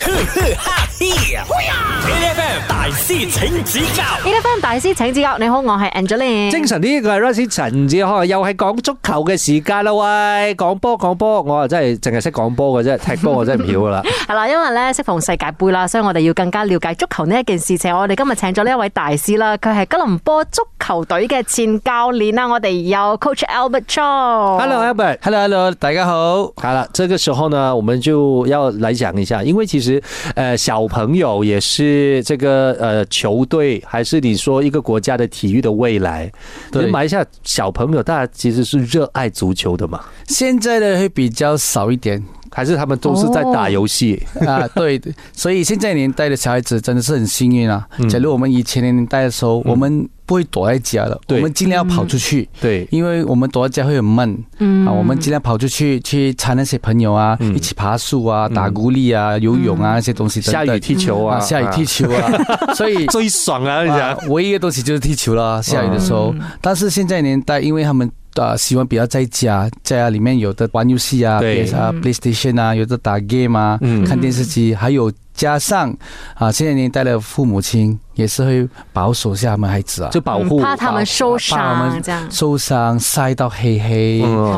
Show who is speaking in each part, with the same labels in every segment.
Speaker 1: 哈嘿，FM 大师请指教
Speaker 2: 呢啲 friend 大師請指教，你好，我係 Angeline。
Speaker 3: 精神啲嘅 r u s s 陳志康又係講足球嘅時間啦，喂，講波講波，我啊真係淨係識講波嘅啫，踢波我真係唔曉噶啦。
Speaker 2: 係啦，因為咧適逢世界盃啦，所以我哋要更加了解足球呢一件事情。我哋今日請咗呢一位大師啦，佢係吉隆坡足球隊嘅前教練啊啦。我哋有 Coach Albert Chong。
Speaker 3: Hello Albert。
Speaker 4: Hello Hello，大家好。
Speaker 3: 好了，这个时候呢，我们就要来讲一下，因为其实，呃，小朋友也是这个呃球队，还是你说一个国家的体育的未来。
Speaker 4: 对
Speaker 3: 你埋下小朋友，大家其实是热爱足球的嘛，
Speaker 4: 现在的会比较少 一点
Speaker 3: 还是他们都是在打游戏？
Speaker 4: 啊，对，所以现在年代的小孩子真的是很幸运啊
Speaker 3: 嗯。
Speaker 4: 假如我们以前的年代的时候，我们不会躲在家了，我
Speaker 3: 对
Speaker 4: 们尽量跑出去，
Speaker 3: 对，
Speaker 4: 因为我们躲在家会很闷。
Speaker 2: 嗯
Speaker 4: 啊，我们尽量跑出去去参那些朋友啊，
Speaker 3: 嗯
Speaker 4: 一起爬树啊、打鼓励啊、游泳啊那些东西等
Speaker 3: 下
Speaker 4: 等。
Speaker 3: 雨踢球啊，
Speaker 4: 啊，下雨踢球 啊，所以
Speaker 3: 啊最爽啊！你
Speaker 4: 啊
Speaker 3: 讲，
Speaker 4: 唯一的东西就是踢球了，下雨的时
Speaker 2: 嗯
Speaker 4: 候。但是现在年代，因为他们呃喜欢比较在家，在家里面有的玩游戏啊，
Speaker 3: 对
Speaker 4: PS 啊
Speaker 2: 嗯
Speaker 4: ，PlayStation 啊，有的打 game 啊，
Speaker 3: 嗯
Speaker 4: 看电视机，还有加上啊，现在年代的父母亲也是会保守一下他们孩子啊，
Speaker 3: 就保护，
Speaker 2: 怕他们受
Speaker 4: 怕他
Speaker 2: 傷，
Speaker 4: 们
Speaker 2: 這樣。
Speaker 4: 受伤晒到黑黑。
Speaker 3: 嗯，
Speaker 2: 哦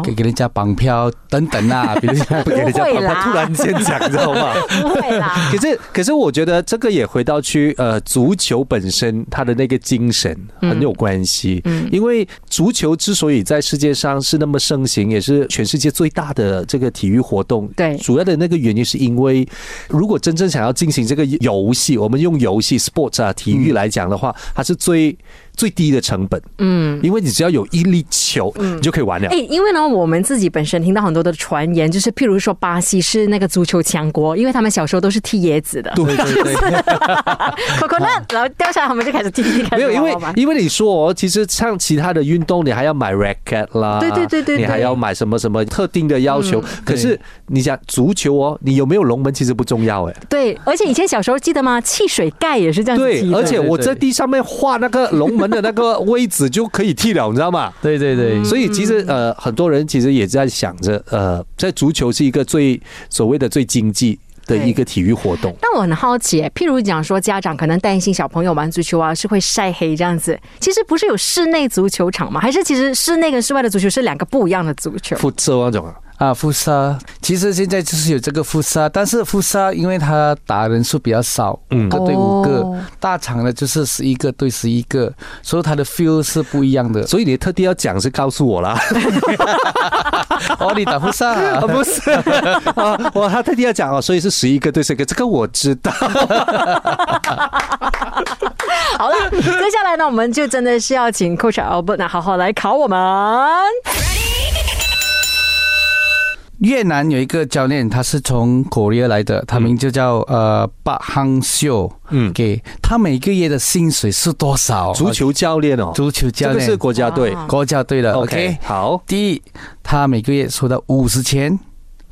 Speaker 4: 哦，给给人家绑票等等啊，比如说
Speaker 3: 不给人家
Speaker 2: 不会啦
Speaker 3: 怕突然间讲，你知 道吗？
Speaker 2: 不會啦。
Speaker 3: 可是，可是我觉得这个也回到去呃，足球本身它的那个精神很有关系。
Speaker 2: 嗯
Speaker 3: 因为足球之所以在世界上是那么盛行，也是全世界最大的这个体育活动。
Speaker 2: 对
Speaker 3: 主要的那个原因是因为，如果真正想要进行这个游戏，我们用游戏 sports 啊体育来讲的话，它是最最低的成本，
Speaker 2: 嗯。
Speaker 3: 因为你只要有一粒球，你就可以玩了
Speaker 2: 哎、。因为呢，我们自己本身听到很多的传言，就是譬如说巴西是那个足球强国，因为他们小时候都是踢椰子的
Speaker 3: 对对 对。
Speaker 2: ，coconut，然后掉下来，他们就开始踢，开始
Speaker 3: 没有，因为
Speaker 2: 玩玩玩
Speaker 3: 因为你说哦，其实像其他的运动，你还要买 racket 啦，
Speaker 2: 对对对对嗯
Speaker 3: 你还
Speaker 2: 对
Speaker 3: 要买什么什么特定的要求。可是
Speaker 4: 对
Speaker 3: 你讲足球哦，你有没有龙门其实不重要哎，
Speaker 2: 对，而且以前小时候记得吗？汽水盖也是这样子踢
Speaker 3: 对，
Speaker 2: 的
Speaker 3: 而且我
Speaker 4: 对
Speaker 3: 在
Speaker 4: 对
Speaker 3: 地上面画那个龙门的那个位置就可以踢了，你知道 吗？
Speaker 4: 对对
Speaker 2: 嗯
Speaker 4: 对，
Speaker 3: 所以其实呃，很多人其实也在想着，呃，在足球是一个最所谓的最经济的一个体育活动。
Speaker 2: 但我很好奇，譬如讲说家长可能担心小朋友玩足球啊是会晒黑这样子，其实不是有室内足球场吗？还是其实室内跟室外的足球是两个不一样的足 球？
Speaker 3: 复仇那种啊，
Speaker 4: 啊，复沙，其实现在就是有这个复沙，但是复沙因为它打人数比较少，
Speaker 3: 嗯。
Speaker 4: 五个对五个，
Speaker 2: 哦
Speaker 4: 大场的就是十一个对十一个，所以它的 feel 是不一样的
Speaker 3: 所以你特地要讲是告诉我啦。
Speaker 4: 哦，你打复沙、
Speaker 3: 啊，
Speaker 4: 啊，
Speaker 3: 不是啊，我他特地要讲哦，所以是十一个对十一个，这个我知道。
Speaker 2: 好了，接下来呢，我们就真的是要请 Coach Albert 呢好好来考我们。
Speaker 4: 越南有一个教练，他是从 Korea 来的，他名就叫、呃巴亨秀，
Speaker 3: 嗯，
Speaker 4: 给他每个月的薪水是多少？
Speaker 3: 足球教练哦，
Speaker 4: 足球
Speaker 3: 这
Speaker 4: 教
Speaker 3: 个是
Speaker 4: 练，
Speaker 3: 国家队。
Speaker 2: 啊
Speaker 4: 国家队的。
Speaker 3: OK，
Speaker 4: OK，
Speaker 3: 好，
Speaker 4: 第一，他每个月收到五十千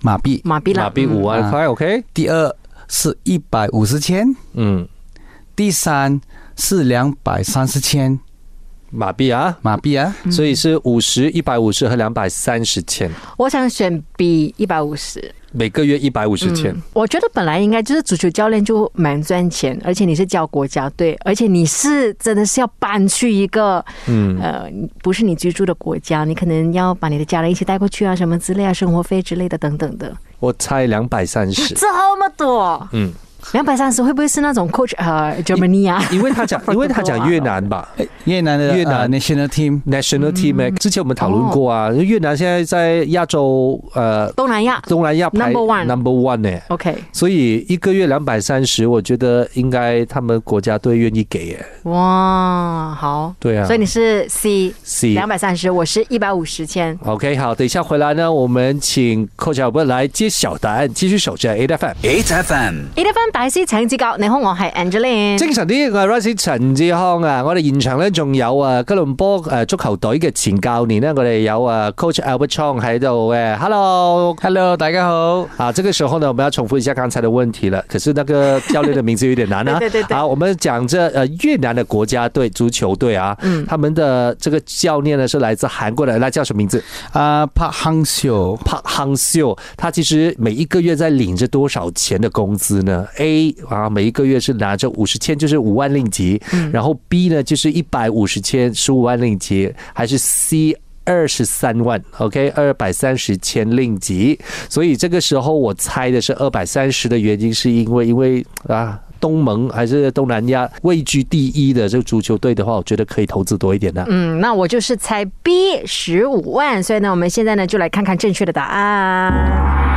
Speaker 4: 马币；
Speaker 2: 马比拉，
Speaker 3: 马币五啊万块，OK，
Speaker 4: 第二是一百五十千。
Speaker 3: 嗯，
Speaker 4: 第三是两百三十千
Speaker 3: 马币啊，
Speaker 4: 马币啊，
Speaker 2: 嗯
Speaker 3: 所以是五十、一百五十和两百三十千，
Speaker 2: 我想选 B 一百五十。
Speaker 3: 每个月一百五十千
Speaker 2: 嗯。我觉得本来应该就是足球教练就蛮赚钱，而且你是教国家队，而且你是真的是要搬去一个
Speaker 3: 嗯，
Speaker 2: 呃不是你居住的国家，你可能要把你的家人一起带过去啊，什么之类啊，生活费之类的等等的，
Speaker 3: 我猜两百三十。
Speaker 2: 这么多，
Speaker 3: 嗯，
Speaker 2: 两百三十会不会是那种 coach 呃 Germany 啊？
Speaker 3: 因为他讲，因为他讲越南吧。
Speaker 4: 越南的
Speaker 3: 越南
Speaker 4: 呃 national team
Speaker 3: National team，哎
Speaker 2: 嗯
Speaker 3: 之前我们讨论
Speaker 2: 哦
Speaker 3: 过啊，越南现在在亚洲呃
Speaker 2: 东南亚
Speaker 3: 东南亚排
Speaker 2: Number one
Speaker 3: number one 欸呢，
Speaker 2: ，OK，
Speaker 3: 所以一个月两百三十，我觉得应该他们国家队愿意给耶。
Speaker 2: 哇，好，
Speaker 3: 对啊，
Speaker 2: 所以你是 C
Speaker 3: C
Speaker 2: 两百三十，我是一百五十千。
Speaker 3: OK 好，等一下回来呢，我们请寇小波来揭晓答案，继续守着 A F M。
Speaker 2: 嗯
Speaker 1: ，8FM。
Speaker 2: E F M Sam 大師請指教，你好，我係 Angeline。
Speaker 3: 精神啲，我係 Rice 陳志康啊！我哋現場咧仲有啊吉隆坡誒足球隊嘅前教練咧，我哋有啊 Coach Albert Chong 喺度嘅，Hello。
Speaker 4: Hello，大家好。
Speaker 3: 啊，这个时候呢，我们要重复一下刚才的问题了。可是那个教练的名字有点难啊。
Speaker 2: 对对对对
Speaker 3: 好，我们讲这呃越南的国家队足球队啊，
Speaker 2: 嗯
Speaker 3: 他们的这个教练呢是来自韩国的，那叫什么名字？
Speaker 4: 啊，拍亨秀，
Speaker 3: 帕亨秀，他其实每一个月在领着多少钱的工资呢？A 啊，每一个月是拿着五十千，就是五万令吉，然后 B 呢就是一百五十千，十五万令吉，还是 C？二十三万，OK，二百三十千令吉，所以这个时候我猜的是二百三十的原因，是因为因为啊，东盟还是东南亚位居第一的这个足球队的话，我觉得可以投资多一点的、
Speaker 2: 嗯，那我就是猜 B 十五万，所以呢，我们现在呢就来看看正确的答 案。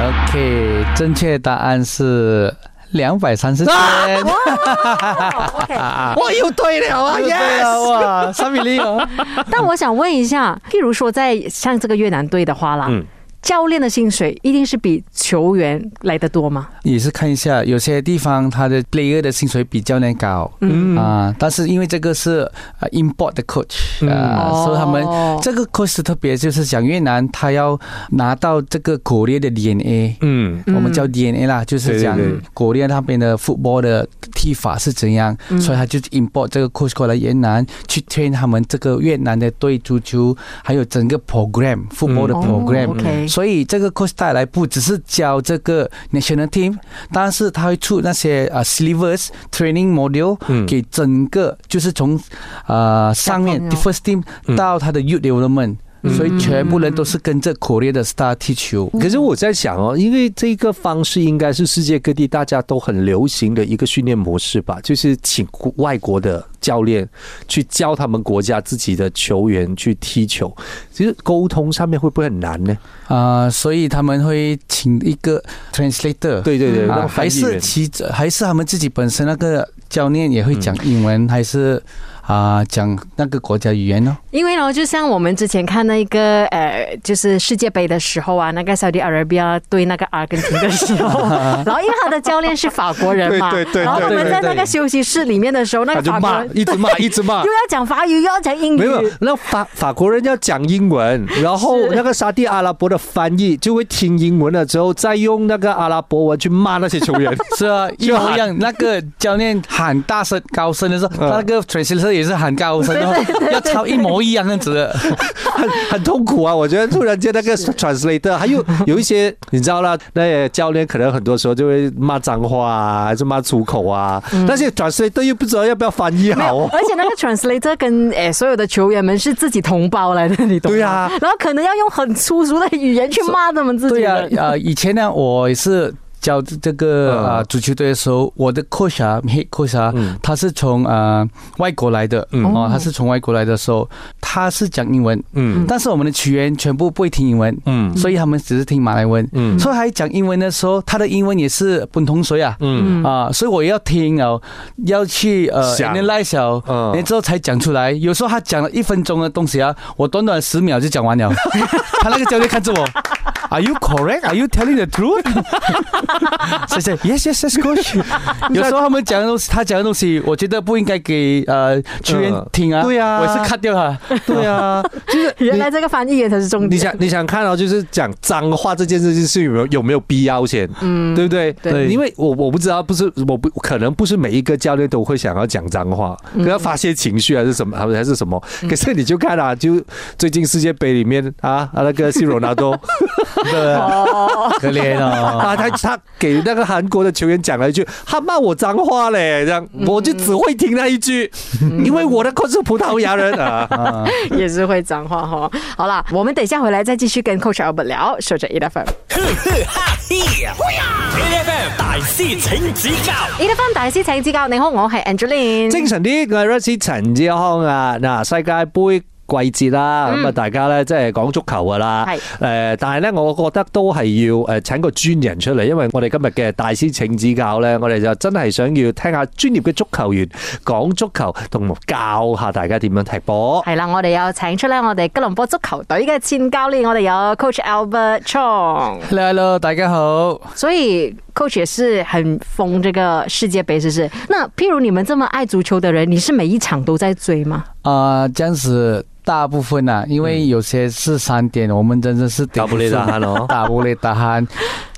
Speaker 4: OK，正确答案是两百三十千。
Speaker 3: 啊
Speaker 2: 哦 OK，
Speaker 3: 我又对了啊
Speaker 4: 对了哇，三比零哦。
Speaker 2: 但我想问一下，譬如说在像这个越南队的话啦，
Speaker 3: 嗯
Speaker 2: 教练的薪水一定是比球员来的多吗？
Speaker 4: 也是看一下，有些地方他的 player 的薪水比教练高，嗯啊，但是因为这个是呃 import 的
Speaker 3: 嗯
Speaker 4: coach 啊，
Speaker 2: 哦
Speaker 4: 所以他们这个 coach 是特别就是讲越南他要拿到这个国内的 DNA。
Speaker 3: 嗯
Speaker 4: 我们叫 DNA 啦，就是讲
Speaker 3: 对对对
Speaker 4: 国内那边的 football 的踢法是怎样，
Speaker 2: 嗯
Speaker 4: 所以他就 import 这个 coach 过来越南去 train 他们这个越南的队足球，还有整个 program football 的
Speaker 3: 嗯
Speaker 2: 哦
Speaker 4: program，、
Speaker 2: OK
Speaker 4: 所以这个 coach 带来不只是教这个 national team，但是他会出那些啊 slivers training module
Speaker 3: 嗯
Speaker 4: 给整个就是从啊上面
Speaker 2: 小朋友
Speaker 4: first team
Speaker 3: 嗯
Speaker 4: 到他的 youth development，、所以全部人都是跟着 Korea 的 star 踢球。
Speaker 3: 可是我在想哦，因为这个方式应该是世界各地大家都很流行的一个训练模式吧，就是请外国的教练去教他们国家自己的球员去踢球。其实沟通上面会不会很难呢？
Speaker 4: 啊、所以他们会请一个 translator，
Speaker 3: 对对对，那
Speaker 4: 啊，
Speaker 3: 个翻
Speaker 4: 还
Speaker 3: 译
Speaker 4: 是
Speaker 3: 员。
Speaker 4: 其还是他们自己本身那个教练也会讲
Speaker 3: 嗯
Speaker 4: 英文，还是啊、讲那个国家语言呢？
Speaker 2: 因为呢，就像我们之前看那个呃，就是世界杯的时候啊，那个 Saudi Arabia 对那个阿根廷的时候， 然后因为他的教练是法国人嘛，
Speaker 3: 对对对
Speaker 2: 然后他们在那个休息室里面的时候，那
Speaker 3: 他
Speaker 2: 个
Speaker 3: 就
Speaker 2: 法国
Speaker 3: 骂，
Speaker 2: 人
Speaker 3: 一直骂，一直骂
Speaker 2: 又。要讲法语，又要讲英语
Speaker 3: 没，有，那法法国人要讲英文，然后那个沙地阿拉伯的翻译就会听英文了之后，再用那个阿拉伯文去骂那些球员。
Speaker 4: 是啊，一
Speaker 3: 就喊
Speaker 4: 模一样。那个教练喊大声、高声的时候，他那
Speaker 3: 嗯
Speaker 4: 个 translator 也是喊高声哦，要抄一模一样那样子的。
Speaker 3: 很 很痛苦啊！我觉得突然间那个 translator，还有有一些你知道啦，那些教练可能很多时候就会骂脏话啊，还是骂粗口啊，但是 translator 又不知道要不要翻译好哦。
Speaker 2: 而且那个 translator 跟诶、所有的球员们是自己同胞来的，你懂吗？
Speaker 3: 对啊
Speaker 2: 然后可能要用很粗俗的语言去骂他们自己
Speaker 4: 对呀、
Speaker 2: 人。
Speaker 4: 啊，以前呢，我也是教这个
Speaker 3: 嗯
Speaker 4: 啊、足球队的时候，我的 coach 啊，head coach 啊，
Speaker 3: 嗯
Speaker 4: 他是从啊、外国来的，
Speaker 3: 嗯
Speaker 4: 哦，他是从外国来的时候，他是讲英文，
Speaker 3: 嗯
Speaker 4: 但是我们的球员全部不会听英文，
Speaker 3: 嗯
Speaker 4: 所以他们只是听马来文，
Speaker 3: 嗯
Speaker 4: 所以他讲英文的时候，他的英文也是不通水啊。
Speaker 3: 嗯
Speaker 4: 啊，所以我要听哦，要去呃
Speaker 3: 想
Speaker 4: analyze 哦，
Speaker 3: 嗯
Speaker 4: 然后之后才讲出来。有时候他讲了一分钟的东西啊，我短短十秒就讲 完了。他那个教练看着我，Are you correct? Are you telling the truth? 谢谢，Yes, yes, yes, coach。有时候他们讲的东西，他讲的东西，我觉得不应该给呃球员
Speaker 3: 嗯
Speaker 4: 听啊。
Speaker 3: 对啊
Speaker 4: 我也是 cut 掉他。
Speaker 3: 对 啊，就是
Speaker 2: 原
Speaker 3: 你
Speaker 2: 来这个翻译员才是重
Speaker 3: 你
Speaker 2: 点。
Speaker 3: 想你想看到、哦就是讲脏话这件事情是有没有有没有必要先，嗯，对不对？
Speaker 2: 对
Speaker 3: 因为我我不知道，不是我不可能不是每一个教练都会想要讲脏话，可要发泄情绪还是什么还是什么？可是你就看啊，就最近世界杯里面啊，啊那个西罗纳 多
Speaker 2: 哦，
Speaker 4: 可怜 哦。
Speaker 3: 啊，他他给那个韩国的球员讲了一句，他骂我脏话嘞，这样我就只会听那一句，因为我的 coach 是葡萄牙人嗯啊。
Speaker 2: 也是会脏话哈。好啦，我们等一下回来再继续跟 Coach Albert 聊，守着 E F M。
Speaker 1: 哈嘿呀！A F M 大师请指教
Speaker 2: E F M 大師請指教，你好，我係 Angeline。
Speaker 3: 精神啲，我係 r u s 陳志康啊！嗱，世界盃季節啦，咁啊、大家咧即係講足球噶啦，
Speaker 2: 係
Speaker 3: 誒、但係咧，我覺得都係要誒請個專人出嚟，因為我哋今日嘅大師請指教咧，我哋就真係想要聽下專業嘅足球員講足球，同埋教下大家點樣踢波。
Speaker 2: 係啦，我哋有請出咧我哋吉隆坡足球隊嘅前教練，我哋有 Coach Albert Chong。
Speaker 4: Hello, hello，大家好。
Speaker 2: 所以 coach 也是很疯这个世界杯，是不是？那譬如你们这么爱足球的人，你是每一场都在追 吗？
Speaker 4: 啊、这样子大部分啊，因为有些是三点，我们真的是
Speaker 3: 打不累
Speaker 4: 的
Speaker 3: 打鼾 哦
Speaker 4: 打不累打鼾。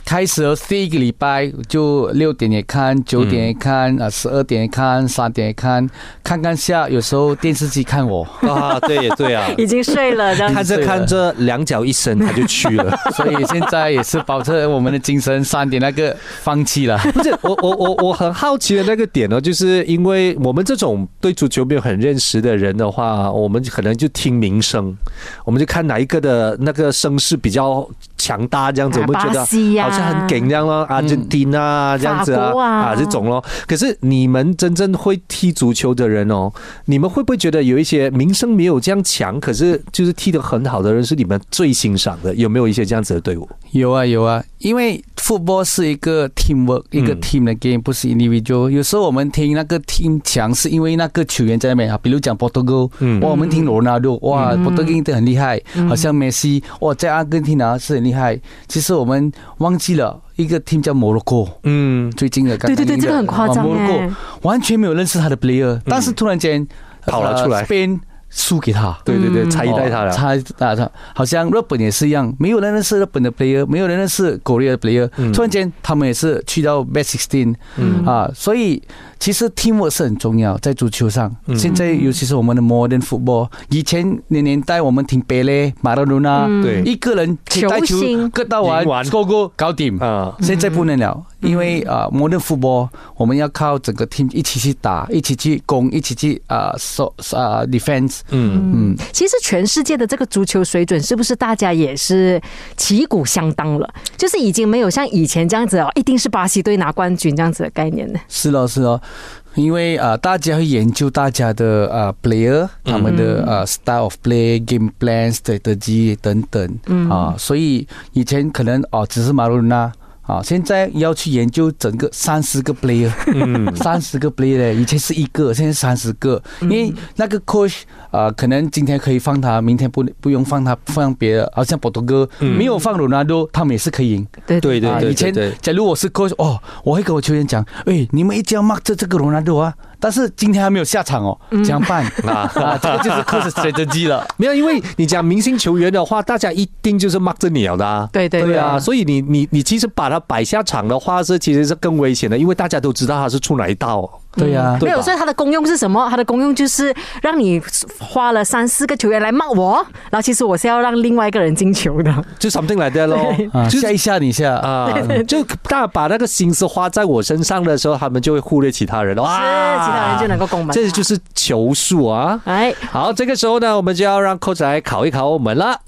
Speaker 4: 开始的第一个礼拜就六点也看，九点也看，啊十二点也看，三点也看，看看下，有时候电视机看我，
Speaker 3: 啊，对 对啊，
Speaker 2: 已经睡了这样
Speaker 3: 看
Speaker 2: 子。
Speaker 3: 着看着两脚一伸他就去了。
Speaker 4: 所以现在也是保持我们的精神，三点那个放弃了。
Speaker 3: 不是我我我我很好奇的那个点呢，就是因为我们这种对足球没有很认识的人的话，我们可能就听名声，我们就看哪一个的那个声势比较强大，这样子
Speaker 2: 啊
Speaker 3: 我们觉得
Speaker 2: 巴西呀嗯
Speaker 3: 好像很顶这样咯，阿根廷啊这样子
Speaker 2: 法
Speaker 3: 啊
Speaker 2: 国啊
Speaker 3: 啊这种咯。可是你们真正会踢足球的人哦，你们会不会觉得有一些名声没有这样强，可是就是踢得很好的人是你们最欣赏的？有没有一些这样子的队伍？
Speaker 4: 有啊有啊，因为 football 是一个 teamwork，一
Speaker 3: 嗯
Speaker 4: 个 team 的 game，、不是 individual。有时候我们听那个 team 强，是因为那个球员在那边啊，比如讲 Portugal，、
Speaker 3: 嗯
Speaker 4: 哇，我们听 Ronaldo，哇、p
Speaker 2: 嗯
Speaker 4: o r t u g a l 一定很厉害，好像 Messi，哇，在阿根廷啊是很厉害。其实我们忘记了一个 team 叫摩洛哥。
Speaker 3: 嗯，
Speaker 4: 最近的刚
Speaker 2: 对对对
Speaker 4: 刚赢的
Speaker 2: 这个很夸张
Speaker 4: 啊摩洛
Speaker 2: 哎
Speaker 4: 哥完全没有认识他的 player，、但是突然间
Speaker 3: 嗯跑了出来
Speaker 4: s p a i 输给他，
Speaker 3: 对对
Speaker 2: 嗯
Speaker 3: 对，差一代
Speaker 4: 哦
Speaker 3: 他了。
Speaker 4: 差啊他，好像日本也是一样，没有人认识日本的 player，没有人认识 Korea 的 player，、突
Speaker 3: 嗯
Speaker 4: 然间他们也是去到 Best Sixteen，、啊，所以其实 teamwork 是很重要，在足球上，
Speaker 3: 嗯
Speaker 4: 现在
Speaker 2: 嗯
Speaker 4: 尤其是我们的 modern football，以前的年代我们听贝勒、马拉多纳，
Speaker 3: 对
Speaker 4: 一个人可以
Speaker 2: 嗯
Speaker 4: 带
Speaker 2: 球
Speaker 4: 球
Speaker 2: 星
Speaker 4: 割到
Speaker 3: 赢完
Speaker 4: 完，score goal 搞定。
Speaker 3: 啊，
Speaker 4: 现在不能了，
Speaker 2: 嗯
Speaker 4: 因为啊、摩 m o football 我们要靠整个 team 一起去打，一起去攻，一起去啊守啊 defense，
Speaker 3: 嗯，
Speaker 4: 嗯，
Speaker 2: 其实全世界的这个足球水准，是不是大家也是旗鼓相当了？就是已经没有像以前这样子哦，一定是巴西队拿冠军这样子的概念呢。
Speaker 4: 是咯是咯，因为啊、呃大家会研究大家的啊、呃 player 他们的啊、呃 style of play、game plan、strategy 等等，啊，所以以前可能哦只是马鲁纳。啊，现在要去研究整个三十个 player，三 十、个 player 嘞，以前是一个，现在三十个，因为那个 coach 啊、可能今天可以放他，明天不不用放他，放别的，好像博多哥、没有放罗纳多，他们也是可以赢。
Speaker 2: 对
Speaker 3: 对对
Speaker 4: 啊，
Speaker 3: 对
Speaker 4: 以前
Speaker 3: 对对
Speaker 4: 假如我是 coach，哦，我会跟我球员讲，哎，你们一定要 mark 这这个罗纳多啊，但是今天还没有下场哦，怎样办？ 啊，这个就是 coach strategy 了。
Speaker 3: 没有，因为你讲明星球员的话，大家一定就是 mark 着你了的、啊。
Speaker 2: 对对
Speaker 3: 对啊，
Speaker 2: 对
Speaker 3: 所以你你你其实把他摆下场的话，是其实是更危险的，因为大家都知道他是出哪一道。
Speaker 4: 对呀、
Speaker 2: 没
Speaker 3: 嗯对吧
Speaker 2: 有，所以它的功用是什么？它的功用就是让你花了三四个球员来骂我，然后其实我是要让另外一个人进球的。
Speaker 3: 就 something like that 咯，
Speaker 4: 啊，
Speaker 3: 就是
Speaker 4: 吓一吓你一下啊，
Speaker 3: 啊，就大家把那个心思花在我身上的时候，他们就会忽略其他人了。哇
Speaker 2: 是，其他人就能够共鸣。
Speaker 3: 啊这就是球术啊。
Speaker 2: 哎，
Speaker 3: 好，这个时候呢，我们就要让 coach 来考一考我们了。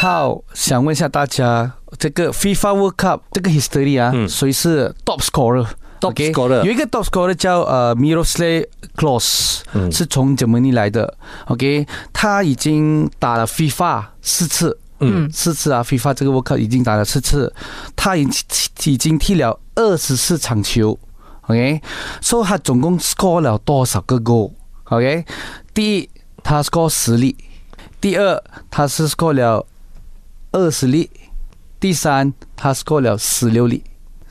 Speaker 4: 好，想问一下大家，这个 FIFA World Cup 这个 history 啊，
Speaker 3: 嗯
Speaker 4: 谁是 top scorer？
Speaker 3: Top
Speaker 4: OK，
Speaker 3: scorer
Speaker 4: 有一个 top scorer 叫呃 Miroslav Klose，、
Speaker 3: 嗯
Speaker 4: 是从 Germany 来的。OK，他已经打了 FIFA 四次，
Speaker 2: 嗯，
Speaker 4: 四次啊，FIFA 这个 World Cup 已经打了四次，他已已经踢了二十四场球，OK，所、以他总共 score 了多少个 goal？OK，、第一他 score 十粒，第二他是 score 了二十粒，第三他 score 了十六粒，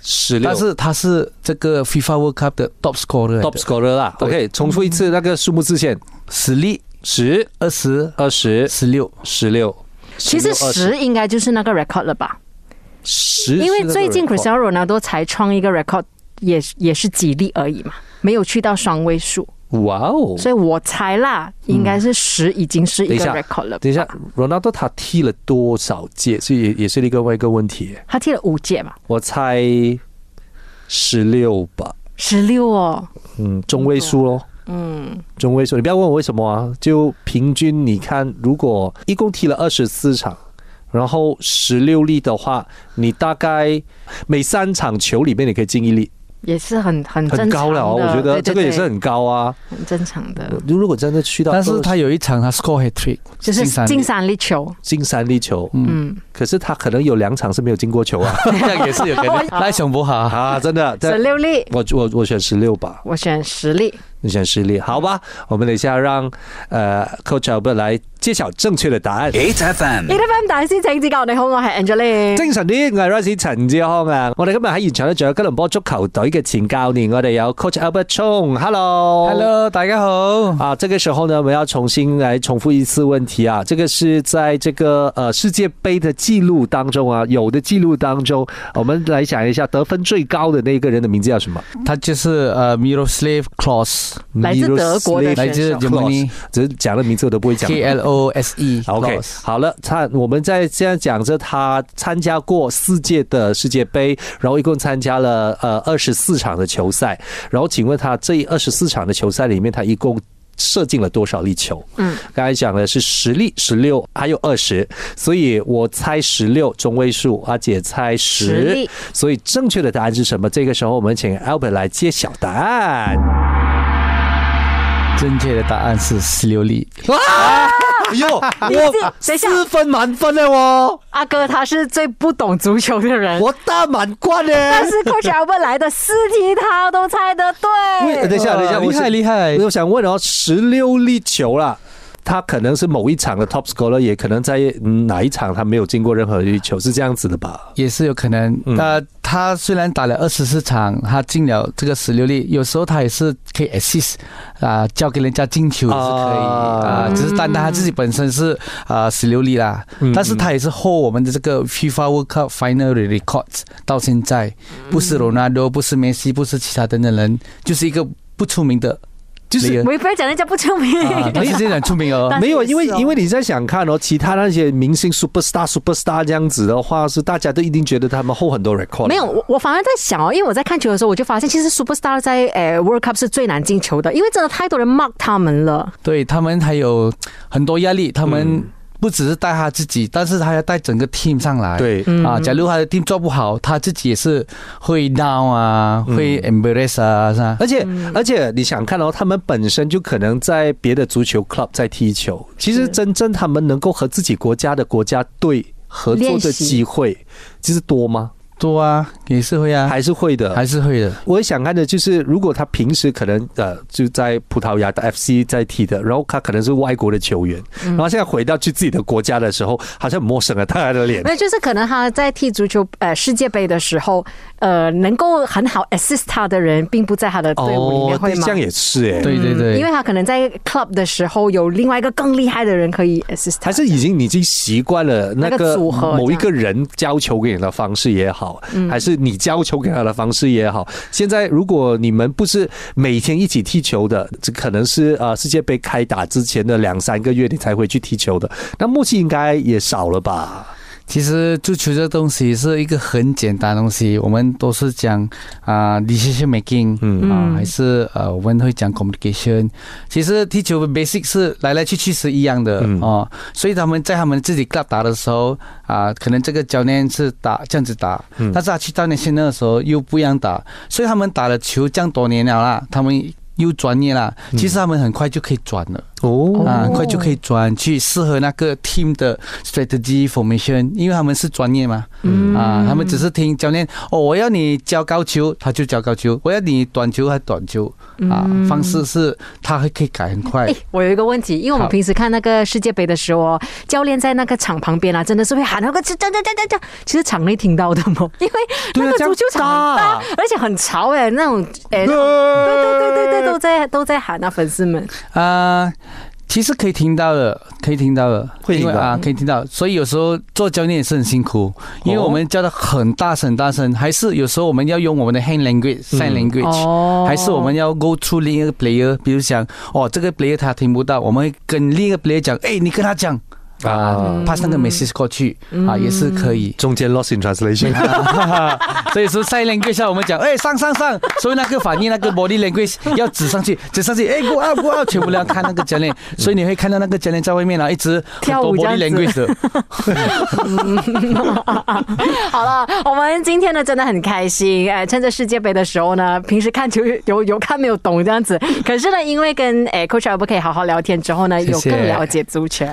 Speaker 3: 十六
Speaker 4: 但是他是这个 FIFA World Cup 的 top scorer，
Speaker 3: top scorer 啦。
Speaker 4: 对
Speaker 3: OK，重复一次那个数目字线：
Speaker 4: 十粒、
Speaker 3: 十、
Speaker 4: 二十、
Speaker 3: 二十、
Speaker 4: 十六。
Speaker 3: 十六。
Speaker 2: 其实
Speaker 3: 16
Speaker 2: 十应该就是那个 record 了吧？
Speaker 3: 十，
Speaker 2: 因为最近
Speaker 3: 是那个 record
Speaker 2: Cristiano Ronaldo 才创一个 record，也也是几例而已嘛，没有去到双位数，
Speaker 3: 哇哦！
Speaker 2: 所以我猜啦，应该是十已经是一个
Speaker 3: 嗯等一下
Speaker 2: record 了吧。
Speaker 3: 等一下，Ronaldo 他踢了多少届？所以也也是另外一个问题。
Speaker 2: 他踢了五届嘛，
Speaker 3: 我猜十六吧，
Speaker 2: 十六哦，
Speaker 3: 嗯，中位数咯。
Speaker 2: 嗯，
Speaker 3: 中位数。你不要问我为什么啊，就平均你看，如果一共踢了二十四场，然后十六粒的话，你大概每三场球里面你可以进一粒，
Speaker 2: 也是很很
Speaker 3: 很
Speaker 2: 正常
Speaker 3: 高了
Speaker 2: 的，
Speaker 3: 哦。我觉
Speaker 2: 对
Speaker 3: 得
Speaker 2: 对
Speaker 3: 这个也是嗯
Speaker 2: 对
Speaker 3: 很高啊。
Speaker 2: 很正常的，
Speaker 3: 如如果真的去到，
Speaker 4: 但是他有一场他 score hat trick，
Speaker 2: 就是进 三粒球。
Speaker 3: 进三粒球，
Speaker 2: 嗯，
Speaker 3: 可是他可能有两场是没有进过球啊。
Speaker 4: 这样也是有可能。来，熊博哈。
Speaker 3: 啊，真的，
Speaker 2: 十
Speaker 3: 但
Speaker 2: 六粒，
Speaker 3: 我我我选十六吧。
Speaker 2: 我选十粒。
Speaker 3: 你选实力，好吧？我们等一下让呃 Coach Albert 来揭晓正确的答案。
Speaker 2: e
Speaker 5: HFM，
Speaker 2: f m 大師請指教，你好，我係 Angeline。
Speaker 3: 精神啲，我系 Rice 陳志康啊！我哋今日喺現場咧，仲有吉隆坡足球隊嘅前教練，我哋有 Coach Albert Chong，Hello。
Speaker 4: Hello，大家好。
Speaker 3: 啊，这个时候呢，我们要重新来重复一次问题啊。这个是在这个呃世界杯的记录当中啊，有的记录当中，我们来想一下得分最高的那个人的名字叫什么？
Speaker 4: 他就是呃 Miroslav Klose，
Speaker 2: 来自德国的
Speaker 3: Miroslav
Speaker 4: 来自 Germany
Speaker 3: 只是讲了名字我都不会讲。
Speaker 4: K L O S E。
Speaker 3: OK，好了，他我们在现在讲着他参加过四届的世界杯，然后一共参加了呃二十四场的球赛，然后请问他这二十四场的球赛里面，他一共射进了多少粒球？嗯，刚才讲的是十粒、十六还有二十，所以我猜十六中位数，阿姐猜
Speaker 2: 10
Speaker 3: 十
Speaker 2: 粒，
Speaker 3: 所以正确的答案是什么？这个时候我们请 Albert 来揭晓答案。
Speaker 4: 正确的答案是十六粒。
Speaker 3: 哇！ 哟，
Speaker 2: 这
Speaker 3: 哎我
Speaker 2: 等一下
Speaker 3: 四分满分了哦。
Speaker 2: 阿哥他是最不懂足球的人，
Speaker 3: 我大满贯呢、
Speaker 2: 但是 Coach Albert 来的四题他都猜得
Speaker 3: 喂呃
Speaker 2: 对
Speaker 3: 等。一下，等一下，
Speaker 4: 哇
Speaker 3: 我
Speaker 4: 厉害
Speaker 3: 是
Speaker 4: 厉害
Speaker 3: 我想问哦，十六粒球啦，他可能是某一场的 top scorer，也可能在嗯哪一场他没有进过任何一球，是这样子的吧？
Speaker 4: 也是有可能。
Speaker 3: 嗯
Speaker 4: 呃，他虽然打了二十四场，他进了这个十六粒，有时候他也是可以 assist 啊、交给人家进球也是可以
Speaker 3: 啊
Speaker 4: 啊、只是单单他自己本身是啊十六粒啦，但是他也是 hold 我们的这个 FIFA World Cup Final Records 到现在，
Speaker 2: 嗯
Speaker 4: 不是 Ronaldo，不是梅西，不是其他等等人，就是一个不出名的，就是
Speaker 2: 我也不要讲人家不聪明，
Speaker 4: 啊，他是真的很出名哦。
Speaker 2: 但是
Speaker 3: 没有，
Speaker 2: 也是
Speaker 3: 因为
Speaker 2: 哦
Speaker 3: 因为你在想看哦，其他那些明星 super star super star 这样子的话，是大家都一定觉得他们后很多 record。
Speaker 2: 没有，我我反而在想哦，因为我在看球的时候，我就发现其实 Superstar 在呃 World Cup 是最难进球的，因为真的太多人 mark 他们了。
Speaker 3: 嗯
Speaker 4: 对他们还有很多压力，他们不只是带他自己，但是他要带整个 team 上来。
Speaker 3: 对
Speaker 4: 啊，假如他的 team 做不好，他自己也是会 down 啊，
Speaker 3: 嗯
Speaker 4: 会 embarrass 啊，是吧？
Speaker 3: 而且、
Speaker 2: 嗯
Speaker 3: 而且你想看哦，他们本身就可能在别的足球 club 在踢球，其实真正他们能够和自己国家的国家队合作
Speaker 2: 练
Speaker 3: 的
Speaker 2: 习
Speaker 3: 机会，其实多吗？
Speaker 4: 多啊，也是会啊，
Speaker 3: 还是会的，
Speaker 4: 还是会的。
Speaker 3: 我想看的就是，如果他平时可能呃就在葡萄牙的 FC 在踢的，然后他可能是外国的球员，
Speaker 2: 嗯
Speaker 3: 然后现在回到去自己的国家的时候，好像很陌生了大家的脸。
Speaker 2: 那就是可能他在踢足球呃世界杯的时候，呃，能够很好 assist 他的人，并不在他的队伍里面，
Speaker 3: 哦对
Speaker 2: 会吗
Speaker 3: 这？样也是哎、
Speaker 4: 对对对，
Speaker 2: 因为他可能在 club 的时候有另外一个更厉害的人可以 assist 他
Speaker 3: 还是已经你已经习惯了那
Speaker 2: 那
Speaker 3: 个
Speaker 2: 个组合啊嗯
Speaker 3: 某一个人交球给你的方式也好，还是你交球给他的方式也好。现在如果你们不是每天一起踢球的，这可能是呃世界杯开打之前的两三个月你才回去踢球的，那默契应该也少了吧？
Speaker 4: 其实足球这东西是一个很简单的东西，我们都是讲啊、decision making，嗯啊、还是呃我们会讲 communication。其实踢球的 basic 是来来去去是一样的
Speaker 3: 嗯
Speaker 4: 哦，所以他们在他们自己 club 打的时候啊、可能这个教练是打这样子打，但是他去到那些那的时候又不一样打，所以他们打了球这样多年了啦，他们。又专业啦，其实他们很快就可以转了。
Speaker 3: 哦
Speaker 4: 啊，很快就可以转去适合那个 team 的 strategy formation，因为他们是专业嘛，啊，他们只是听教练哦，我要你教高球，他就教高球；我要你短球，他短球，啊，方式是他还可以改很快
Speaker 2: 哎、，我有一个问题，因为我们
Speaker 4: 好
Speaker 2: 平时看那个世界杯的时候哦，教练在那个场旁边啊，真的是会喊那个“这这这这这”，其实场内听到的嘛，因为
Speaker 3: 对啊
Speaker 2: 那个足球场很
Speaker 3: 这
Speaker 2: 大
Speaker 3: 样，
Speaker 2: 而且很吵哎、那种哎、那种对对对对对，都在都在喊啊，粉丝们。
Speaker 4: 啊。其实可以听到的，可以听到的，
Speaker 3: 会
Speaker 4: 因为
Speaker 3: 听到
Speaker 4: 啊，可以听到。所以有时候做教练也是很辛苦，因为
Speaker 3: 哦。
Speaker 4: 我们叫的很大声、很大声，还是有时候我们要用我们的 hand language、sign language，、
Speaker 2: 哦
Speaker 4: 还是我们要 go to 另一个 player，比如讲，哦，这个 player 他听不到，我们会跟另一个 player 讲，哎，你跟他讲啊，pass 那个 message 过去啊，也是可以
Speaker 3: 中间 lost in translation，
Speaker 4: 哦所以说 sign language 下我们讲，哎，上上上，所以那个反应那个 body language 要指上去，指上去，哎，go up go up，全部都要看那个教练，所以你会看到那个教练在外面啊，一直很
Speaker 2: 跳
Speaker 4: 多
Speaker 2: 舞这
Speaker 4: body
Speaker 2: 样子
Speaker 4: language 的。
Speaker 2: 好了，我们今天呢真的很开心，哎，趁着世界杯的时候呢，平时看球有有看没有懂这样子，可是呢，因为跟哎 Coach Albert 可以好好聊天之后呢，
Speaker 4: 谢
Speaker 2: 有
Speaker 4: 谢
Speaker 2: 更了解足球，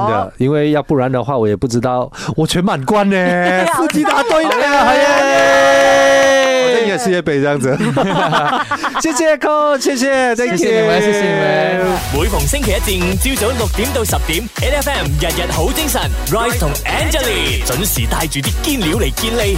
Speaker 2: 真
Speaker 3: 的，因为要不然的话，我也 不知道我全满贯呢，
Speaker 2: 啊
Speaker 4: 哎
Speaker 3: 四级答对了哎
Speaker 2: 好厉害
Speaker 3: 耶！正也世界杯这样 子。谢谢 Coach，谢谢，
Speaker 4: 谢谢你们，谢谢你们。
Speaker 1: 每逢星期一至五朝早六點到十點，N F M 日日好精神，Rise 同 Angelie 準時帶住啲堅料嚟健利。